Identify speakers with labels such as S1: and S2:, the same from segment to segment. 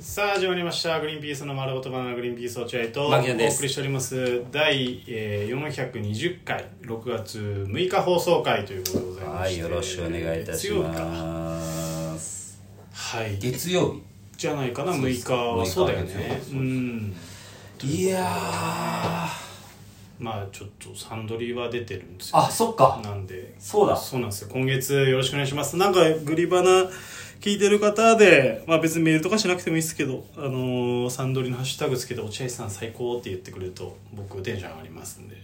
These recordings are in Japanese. S1: さあ始まりました「グリーンピースの丸ごとバナナグリーンピース落合」とお
S2: 牧野です
S1: 送りしております第えー420回6月6日放送回ということでございま
S2: は
S1: して
S2: い、よろしくお願いいた
S1: 月
S2: し
S1: 曜日か
S2: ます。
S1: はい
S2: 月曜日
S1: じゃないかな6日は
S2: そ
S1: そう
S2: う
S1: だ
S2: で
S1: よ
S2: す
S1: ね
S2: そううそうんいやー、
S1: まあちょっとサンドリは出てるんですよ
S2: あ、そっか。
S1: なんで
S2: そうだ。
S1: そうなんですよ今月よろしくお願いしますなんかグリバナ聞いてる方で、まあ、別にメールとかしなくてもいいですけど、あのーサンドリのハッシュタグつけて「落合さん最高」って言ってくれると僕テンション上がりますんで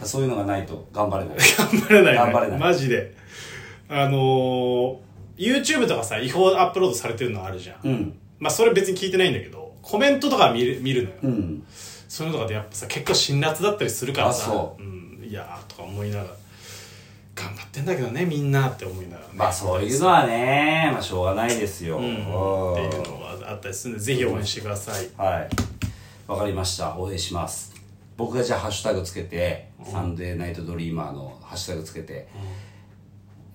S2: そういうのがないと頑 張れない。
S1: 頑張れない、ね、
S2: 頑張れない
S1: マジであのー、YouTube とかさ違法アップロードされてるのあるじゃん、
S2: うん。
S1: まあそれ別に聞いてないんだけどコメントとか見る見るのよ、
S2: うん。
S1: そういうのとかでやっぱさ結構辛辣だったりするからさ
S2: あそ
S1: ん、いやーとか思いながら頑張ってんだけどねみんなって思いながらね
S2: まあそういうのはね、まあしょうがないですよ。
S1: うん、って
S2: うん
S1: いうのはあったりするんでぜひ応援してください、
S2: はい。わかりました。応援します。僕がじゃあハッシュタグつけて、サンデーナイトドリーマーのハッシュタグつけて、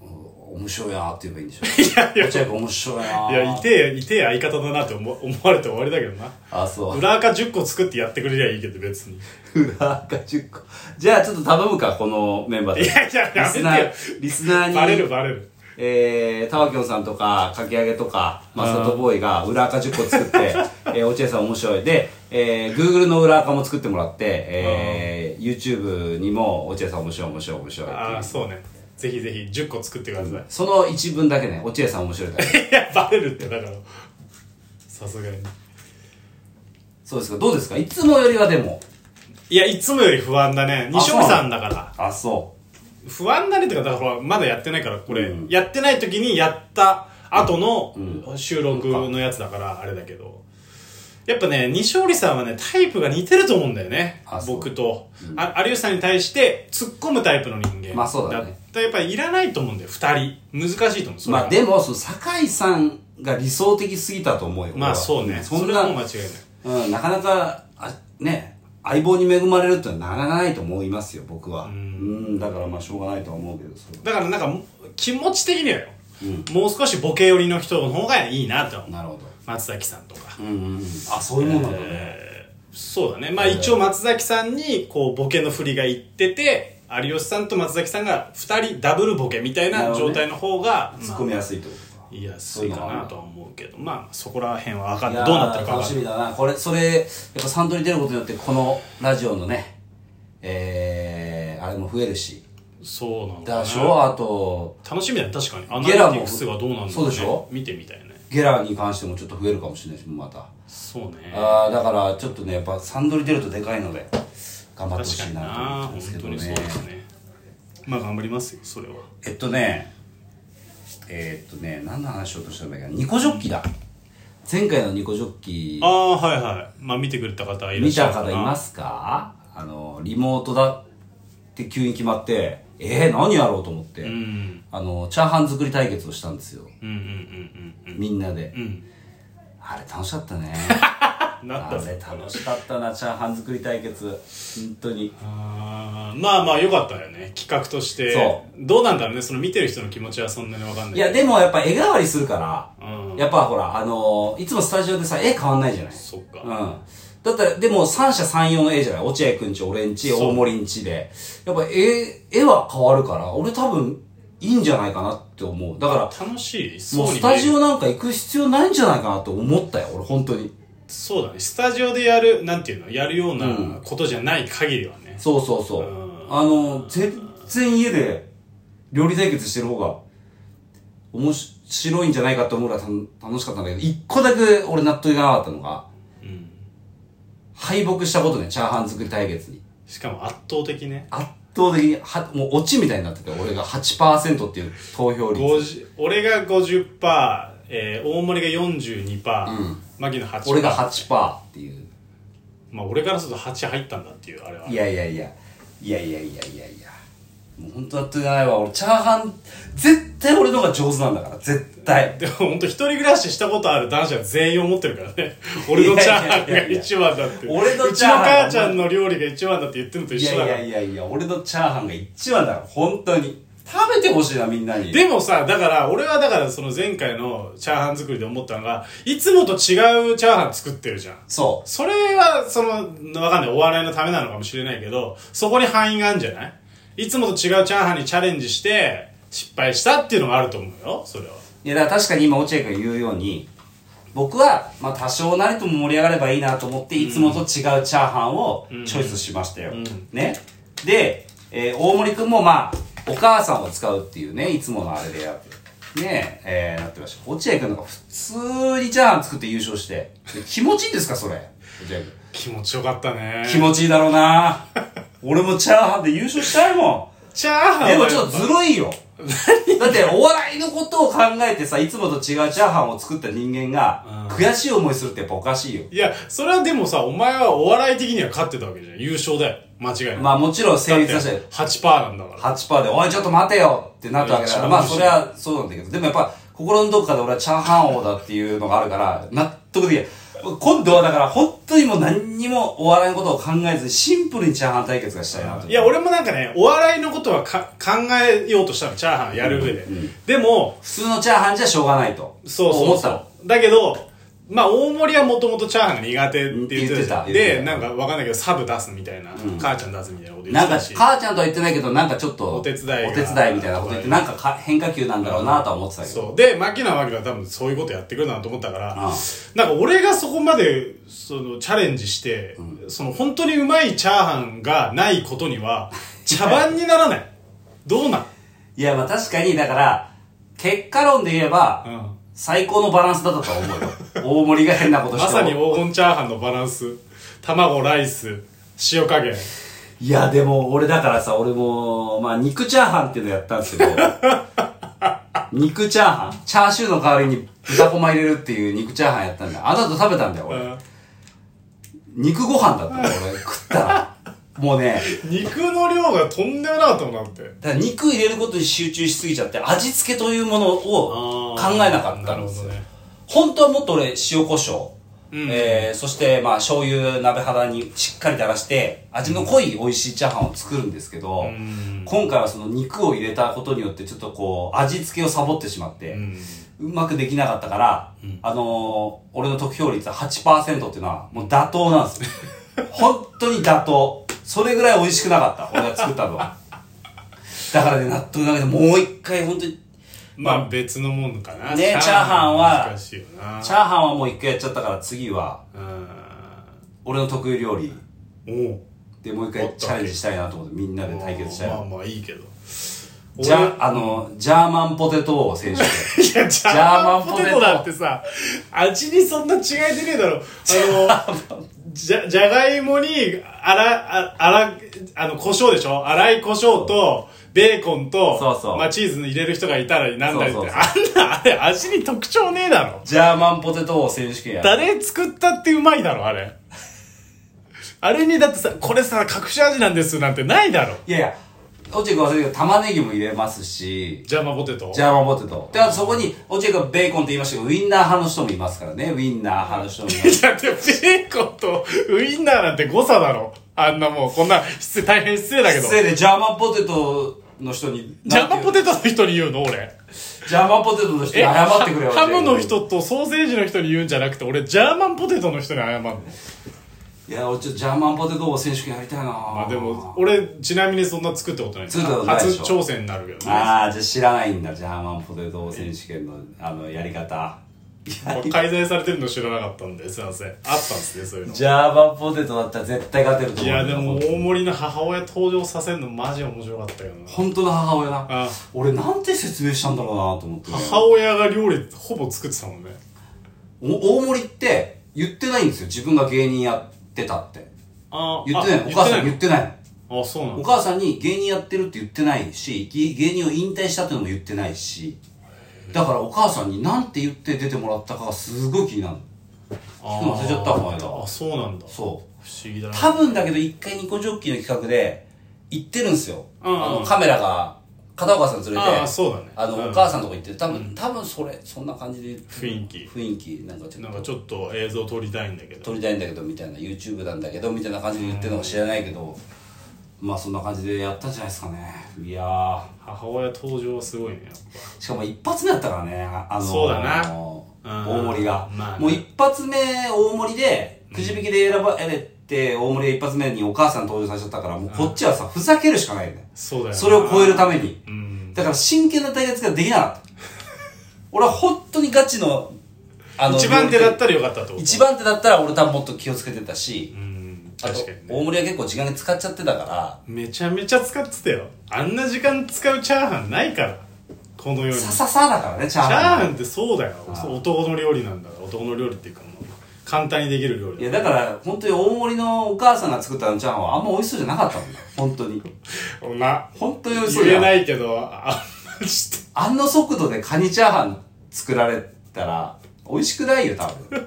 S2: お面白いなーって言えばいいんでしょう。いやいや。面白いなー。
S1: いやいてえいてえ相方だなって思思われて終わりだけどな
S2: あ、そう。
S1: 裏垢10個作ってやってくれりゃいいけど別に
S2: 裏垢10個。じゃあちょっと頼むか、このメンバーで。
S1: いやいややめてよ
S2: リスナー、リスナーに。
S1: バレるバレる
S2: えー、たわきょんさんとか、かき揚げとか、マサトボーイが裏垢10個 作って、えー、落合さん面白い。で、えー、Google の裏垢も作ってもらって、えー、YouTube にも落合さん面白い、面白い、面白いって
S1: あ
S2: いう
S1: あ。そうねぜひぜひ10個作ってください、
S2: その一文だけね、落合さん面白いだけ。
S1: いやバレるってだからさすがに
S2: そうですか、どうですかいつもよりはでも。
S1: いやいつもより不安だね西尾さんだから
S2: あ、そ
S1: 不安だねっていうかだからまだやってないからこれ、
S2: うん
S1: やってない時にやった後の収録のやつだからあれだけどやっぱね西織さんはねタイプが似てると思うんだよね
S2: あそう
S1: 僕と、あ有吉さんに対して突っ込むタイプの人間
S2: まあそうだね
S1: からやっぱりいらないと思うんだよ2人難しいと思う
S2: う。
S1: それは
S2: まあでも、その、酒井さんが理想的すぎたと思うよ。
S1: まあそうね
S2: そ
S1: そ
S2: ん
S1: れは
S2: な
S1: もう間違いない
S2: うん、なかなか、あね、相棒に恵まれるってのはならないと思いますよ、僕は。うん、だからまあしょうがないとは思うけど、それは
S1: だからなんかも気持ち的にはよ、もう少しボケ寄りの人の方がいいなと思う
S2: なるほど。
S1: 松崎さんとか
S2: うんうんうん。あ、そういうもんなんだね。
S1: そうだねまあ一応松崎さんにこうボケの振りがいってて有吉さんと松崎さんが2人ダブルボケみたい
S2: な
S1: な
S2: るほど
S1: 状
S2: ね
S1: 態の方が、
S2: 突っ
S1: ま
S2: 込みやすいってことか。
S1: あ、いやすいかなとは思うけどまあそこら辺は分かん
S2: い
S1: な
S2: や
S1: い
S2: ー
S1: どうなってるか分
S2: 楽
S1: か
S2: し
S1: んない
S2: みだな。これ、それ、やっぱサンドに出ることによって、このラジオのね、えー、あれも増えるし。
S1: そうなのか
S2: だ
S1: な
S2: でしょあと、
S1: 楽しみだね確かにアナリ
S2: ゲ
S1: テ
S2: ラも
S1: ィクスがどうなんだろ
S2: そう
S1: ね
S2: でしょ
S1: 見てみたいね
S2: ゲラに関してもちょっと増えるかもしれないし、また。
S1: そうね
S2: あーだからちょっとねやっぱサンドリ出るとでかいので頑張ってほ
S1: 確か
S2: しい
S1: に
S2: な
S1: な
S2: と思うん
S1: 本
S2: ですけ
S1: 当
S2: ど
S1: に
S2: ね
S1: そうですねまあ頑張りますよそれは
S2: えっとねえーっとね何の話しようとしたんだっけなニコジョッキだ前回のニコジョッキ
S1: ああはいはいまあ見てくれた方いらっ
S2: 見
S1: しゃ
S2: た
S1: るかな
S2: 方いますかあのリモートだって急に決まってえー、何やろうと思って、
S1: うん
S2: あのチャーハン作り対決をしたんですよ
S1: うんうんうんうん
S2: みんなで、
S1: うんうん
S2: あれ楽しかっ たね
S1: なっ
S2: あ
S1: た
S2: れ楽しかったなチャーハン作り対決本当に
S1: あーまあまあ良かったよね企画として
S2: そ
S1: どうなんだろうねその見てる人の気持ちはそんなに分かんない
S2: いや、でもやっぱ絵代わりするから、
S1: うん
S2: やっぱほら、あのーいつもスタジオでさ、絵変わんないじゃない
S1: そっか
S2: うん。だったら、でも三者三様の絵じゃない落合くんち、俺んち、
S1: そう
S2: 大森んちで。やっぱ絵、絵は変わるから、俺多分、いいんじゃないかなって思う。だから、
S1: 楽しいそ
S2: もう
S1: う
S2: ス
S1: に見え
S2: タ
S1: る
S2: ジオなんか行く必要ないんじゃないかなと思ったよ、俺本当に。
S1: そうだねスタジオでやるなんていうのやるようなことじゃない限りはね、
S2: そうそうそう。
S1: うん
S2: あの、全然家で料理対決してる方が、面白いんじゃないかと思うぐらいた楽しかったんだけど、一個だけ俺納得いかなかったのが、
S1: うん、
S2: 敗北したことね、チャーハン作り対決に。
S1: しかも圧倒的ね
S2: 圧倒的に、は、もうオチみたいになってて、俺が8%っていう投票率。
S1: 50俺が50パー、えー、大森が42パー、
S2: うん
S1: 牧野8パー
S2: 俺が8%っていう。
S1: まあ俺からすると8入ったんだっていうあれはい
S2: やいやいや、いやいやいやいやいや。もう本当納得いかないわ。俺、チャーハン、絶対俺の方が上手なんだから、絶対。
S1: でも本当一人暮らししたことある男子は全員思ってるから ね俺のチャーハンが一番だって
S2: いやいやいや俺の
S1: うち
S2: チャ
S1: の
S2: ーハンは
S1: 母ちゃんの料理が一番だって言ってるのと
S2: い
S1: 一緒だ
S2: やい
S1: から
S2: やいやいや、俺のチャーハンが一番だから、本当に。食べてほしいな、みんなに。
S1: でもさ、だから、俺はだからその前回のチャーハン作りで思ったのが、いつもと違うチャーハン作ってるじゃん。
S2: そう。
S1: それは、その、わかんない。お笑いのためなのかもしれないけど、そこに範囲があるんじゃないいつもと違うチャーハンにチャレンジして、失敗したっていうのがあると思うよ、それは。
S2: いや、だから確かに今、落合が言うように、僕は、まあ、多少なりとも盛り上がればいいなと思って、いつもと違うチャーハンをチョイスしましたよ。
S1: ん
S2: ね。で、えー大森くんも、まあ、お母さんを使うっていうね、いつものあれでやって、ねえーなってました。落合くんなんか普通にチャーハン作って優勝して、で気持ちいいんですか、それ。落合くん
S1: 気持ちよかったね。
S2: 気持ちいいだろうな俺もチャーハンで優勝したいも
S1: チャーハン
S2: ん。
S1: は
S2: で
S1: や
S2: も
S1: ぱ
S2: ちょっとずるいよ。だってお笑いのことを考えてさ、いつもと違うチャーハンを作った人間が、
S1: うん
S2: 悔しい思いするってやっぱおかしいよ。
S1: いや、それはでもさ、お前はお笑い的には勝ってたわけじゃん。優勝だよ。間違いない。
S2: まあもちろん成立
S1: だ
S2: だ
S1: っ、
S2: して
S1: 8%なんだから。
S2: 8%で、おいちょっと待てよってなったわけだから、
S1: いや違う
S2: まあそれはそうなんだけど、でもやっぱ心のどこかで俺はチャーハン王だっていうのがあるから、納得できない。今度はだから本当にもう何にもお笑いのことを考えずにシンプルにチャーハン対決がしたいなと。
S1: いや、俺もなんかね、お笑いのことはか考えようとしたの、チャーハンやる上で。でも、
S2: 普通のチャーハンじゃしょうがないと。
S1: そうそう
S2: 思っ
S1: そ
S2: た
S1: う
S2: の。
S1: だけど、まあ、大盛りはもともとチャーハンが苦手って言ってたじゃん。で、
S2: 言ってた言ってた
S1: なんかわかんないけど、サブ出すみたいな、母ちゃん出すみたいなこと言
S2: な
S1: っ
S2: ん
S1: て
S2: か
S1: た、し。
S2: 母ちゃんとは言ってないけど、なんかちょっと、
S1: お手伝いが
S2: お手伝いみたいなこと言って、なんかか変化球なんだろうなとは思ってたけど。
S1: そう。で、牧野真紀は多分そういうことやってくるなと思ったから、
S2: ああ
S1: なんか俺がそこまで、その、チャレンジして、その、本当にうまいチャーハンがないことに は、茶番にならない。どうなん
S2: いや、まあ確かに、だから、結果論で言えば、
S1: うん
S2: 最高のバランスだったとは思うよ。 大盛りが変なこと
S1: ま
S2: して
S1: さ
S2: も
S1: に黄金チャーハンのバランス。卵、ライス、塩加減。
S2: いや、でも俺だからさ、俺も、まあ肉チャーハンっていうのやったんですけど、 肉チャーハンチャーシューの代わりに豚こま入れるっていう肉チャーハンやったんだよ。あなた食べたんだよ、
S1: う
S2: 俺。
S1: ん
S2: 肉ご飯だったんだよ、俺。食ったら。もうね、
S1: 肉の量がとんでもなかったもんなって。
S2: だから肉入れることに集中しすぎちゃって味付けというものを考えなかったんですよ、
S1: なる
S2: 本当はもっと俺塩コショウ、
S1: うん
S2: えーそしてまあ醤油鍋肌にしっかり垂らして味の濃い美味しいチャーハンを作るんですけど、
S1: ん
S2: 今回はその肉を入れたことによってちょっとこう味付けをサボってしまって、
S1: う
S2: うんまくできなかったから、あのー俺の得票率は8%っていうのはもう妥当なんですよ 本当に妥当それぐらい美味しくなかった俺が作ったのはだからね納得なくてもう一回本当に
S1: まあ別のもんかな。
S2: ねチャーハンは
S1: 難しいよな。
S2: チャーハンはもう一回やっちゃったから次は俺の得意料理
S1: うん。おう
S2: でもう一回チャレンジしたいなと思ってみんなで対決したい
S1: まあ
S2: な
S1: まあいいけど。
S2: じゃあのジャーマンポテト 王選手権
S1: いや、ジャーマンポテトだってさ、味にそんな違い出ねえだろ。あの、じゃ、じゃがいもに、あら、ああら、あの、胡椒でしょ粗い胡椒と、ベーコンと、
S2: そうそう
S1: まあ、チーズ入れる人がいたらなんだりっ
S2: そう
S1: て。あんな、あれ、味に特徴ねえだろ。
S2: ジャーマンポテト王選手権やる
S1: 誰作ったってうまいだろ、あれ。あれにだってさ、これさ、隠し味なんですなんてないだろ。
S2: いやいや落合君忘れてるけど玉ねぎも入れますし
S1: ジャーマンポテト。
S2: ジャーマンポテトであとそこに落合君はベーコンって言いましたけどウインナー派の人もいますからねウインナー派の人もいま す
S1: いや、でも、ベーコンとウインナーなんて誤差だろ。あんなもう、こんな、失礼、大変失礼だけど。
S2: せいでジャーマンポテトの人に
S1: ジャーマンポ
S2: ト
S1: テトの人に言うの俺。
S2: ジャーマンポテトの人に謝ってくれよ
S1: ハムの人とソーセージの人に言うんじゃなくて、俺、ジャーマンポテトの人に謝るの。
S2: いや俺ちょっとジャーマンポテト王選手権やりたいな
S1: ま
S2: あ
S1: あでも、俺、ちなみにそんな作ったことない。
S2: 作ったことないでし
S1: 初
S2: ょ
S1: 挑戦になるけどね。
S2: ああ、じゃあ知らないんだ、ジャーマンポテト王選手権の、あの、やり方。
S1: 改善されてるの知らなかったんで、すいません。あったんですね、そういうの。
S2: ジャーマンポテトだったら絶対勝てると
S1: い
S2: 思う
S1: や、
S2: んだ
S1: で
S2: よ。
S1: も、大森の母親登場させるのマジ面白かったよな。
S2: 本当の母親な。
S1: あ
S2: 俺なんて説明したんだろうなと思って、ね。
S1: 母親が料理ほぼ作ってたもんね。
S2: お大森って言ってないんですよ。自分が芸人やってたって。
S1: あ
S2: 言ってないの。お母さん言ってないの。
S1: あ、そうな
S2: お
S1: の
S2: 母さんに芸人やってるって言ってないし、ぎ芸人を引退したっていうのも言ってないし、だからお母さんに何て言って出てもらったかがすごい気になるの。
S1: あ
S2: 聞くの忘れちゃったお前が
S1: あ、そうなんだ。
S2: そう。
S1: 不思議だな。
S2: 多分だけど一回ニコジョッキーの企画で行ってるんですよ、
S1: うんうん
S2: あのカメラが片岡さん連れて
S1: ああ、そうだね。
S2: あの、
S1: うん
S2: お母さんのとこ行ってる多分多分それそんな感じで
S1: 雰囲気
S2: 雰囲気なんかちょっ
S1: なん
S2: と
S1: かちょっと映像撮りたいんだけど。
S2: 撮りたいんだけどみたいな YouTube なんだけどみたいな感じで言ってるのか知らないけど、まあそんな感じでやったんじゃないですかねいやー
S1: 母親登場はすごいねやっ
S2: しかも一発目だったからねああのー
S1: そうだなうん
S2: 大盛りが、
S1: まあね
S2: もう一発目大盛りでくじ引きで選ばれて大盛りで一発目にお母さん登場させちゃったからもうこっちはさふざけるしかないよね
S1: ぱそうだよな
S2: それを超えるために
S1: うん
S2: だから真剣な対決ができなかった俺は本当にガチのあ
S1: 一番手だったたらよかったと思う
S2: 一番手だったら俺多分もっと気をつけてたし、
S1: うん
S2: あと
S1: 確かにね
S2: 大盛りは結構時間で使っちゃってたから
S1: めちゃめちゃ使ってたよあんな時間使うチャーハンないからこの世にチャ
S2: さささだからねチャ
S1: ー
S2: ーハン
S1: ハンってそうだよ男の料理なんだから男の料理っていうかもう簡単にできる料理
S2: いやだから本当に大盛りのお母さんが作ったあのチャーハンはあんま美味しそうじゃなかったもん本当に
S1: おな
S2: 本当に美味しそう
S1: 言
S2: じ
S1: え
S2: ゃ
S1: ないいけどあんまして
S2: あの速度でカニチャーハン作られたら美味しくないよ多分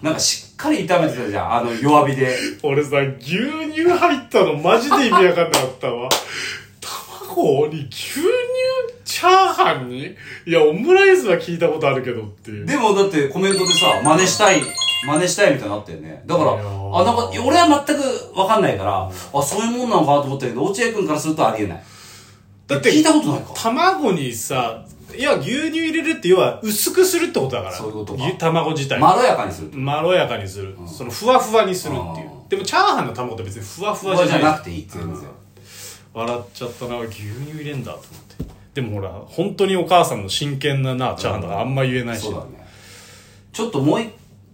S2: なんかしっかり炒めてたじゃんあの弱火で
S1: 俺さ牛乳入ったのマジで意味わかんなかったわ卵に牛乳チャーハンにいやオムライスは聞いたことあるけどっていう
S2: でもだってコメントでさ真似したい真似したいみたいになったよねだから
S1: い
S2: あ
S1: やー
S2: なんか俺は全く分かんないからあそういうもんなのかなと思ったけど落合君からするとありえない
S1: だって
S2: 聞いたことないか
S1: 卵にさいや牛乳入れるって要は薄くするってことだから
S2: そういうことか
S1: 牛卵自体
S2: まろやかにする
S1: まろやかにする、そのふわふわにするっていう
S2: う
S1: でもチャーハンの卵って別にふわふ
S2: こ
S1: わ
S2: れ
S1: じ
S2: じ
S1: ゃ
S2: ゃ
S1: ない
S2: なくていい全然
S1: 笑っちゃったな牛乳入れんだと思ってでもほら本当にお母さんの真剣ななチャーハンだからあんま言えないし、
S2: そうだねちょっともう一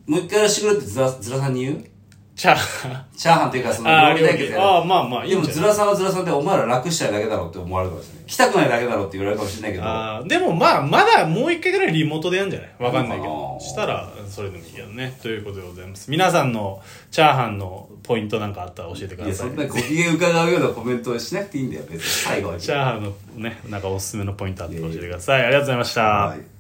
S2: もう一回やらせてくれってずらずらさんに言う
S1: チャーハン
S2: チャーハンっていうかその
S1: あ
S2: 料
S1: ー
S2: 理対決
S1: 料理あーまあまあい
S2: で
S1: いん
S2: も
S1: じゃ
S2: ず
S1: ない
S2: らさんはずらさんでお前ら楽したいだけだろうって思われるかもしれない来たくないだけだろうって言われるかもしれないけど
S1: あーでもまあまだもう一回ぐらいリモートでやるんじゃないわかんないけ
S2: そうか
S1: ど
S2: な
S1: したらそれでもいいけどねということでございます皆さんのチャーハンのポイントなんかあったら教えてく
S2: い
S1: だ
S2: や
S1: さ
S2: そ
S1: い
S2: んなご機嫌伺うようなコメントはしなくていいんだよ別に最後に
S1: チャーハンのねなんかおすすめのポイントあって教えてくださいありがとうございました、
S2: はい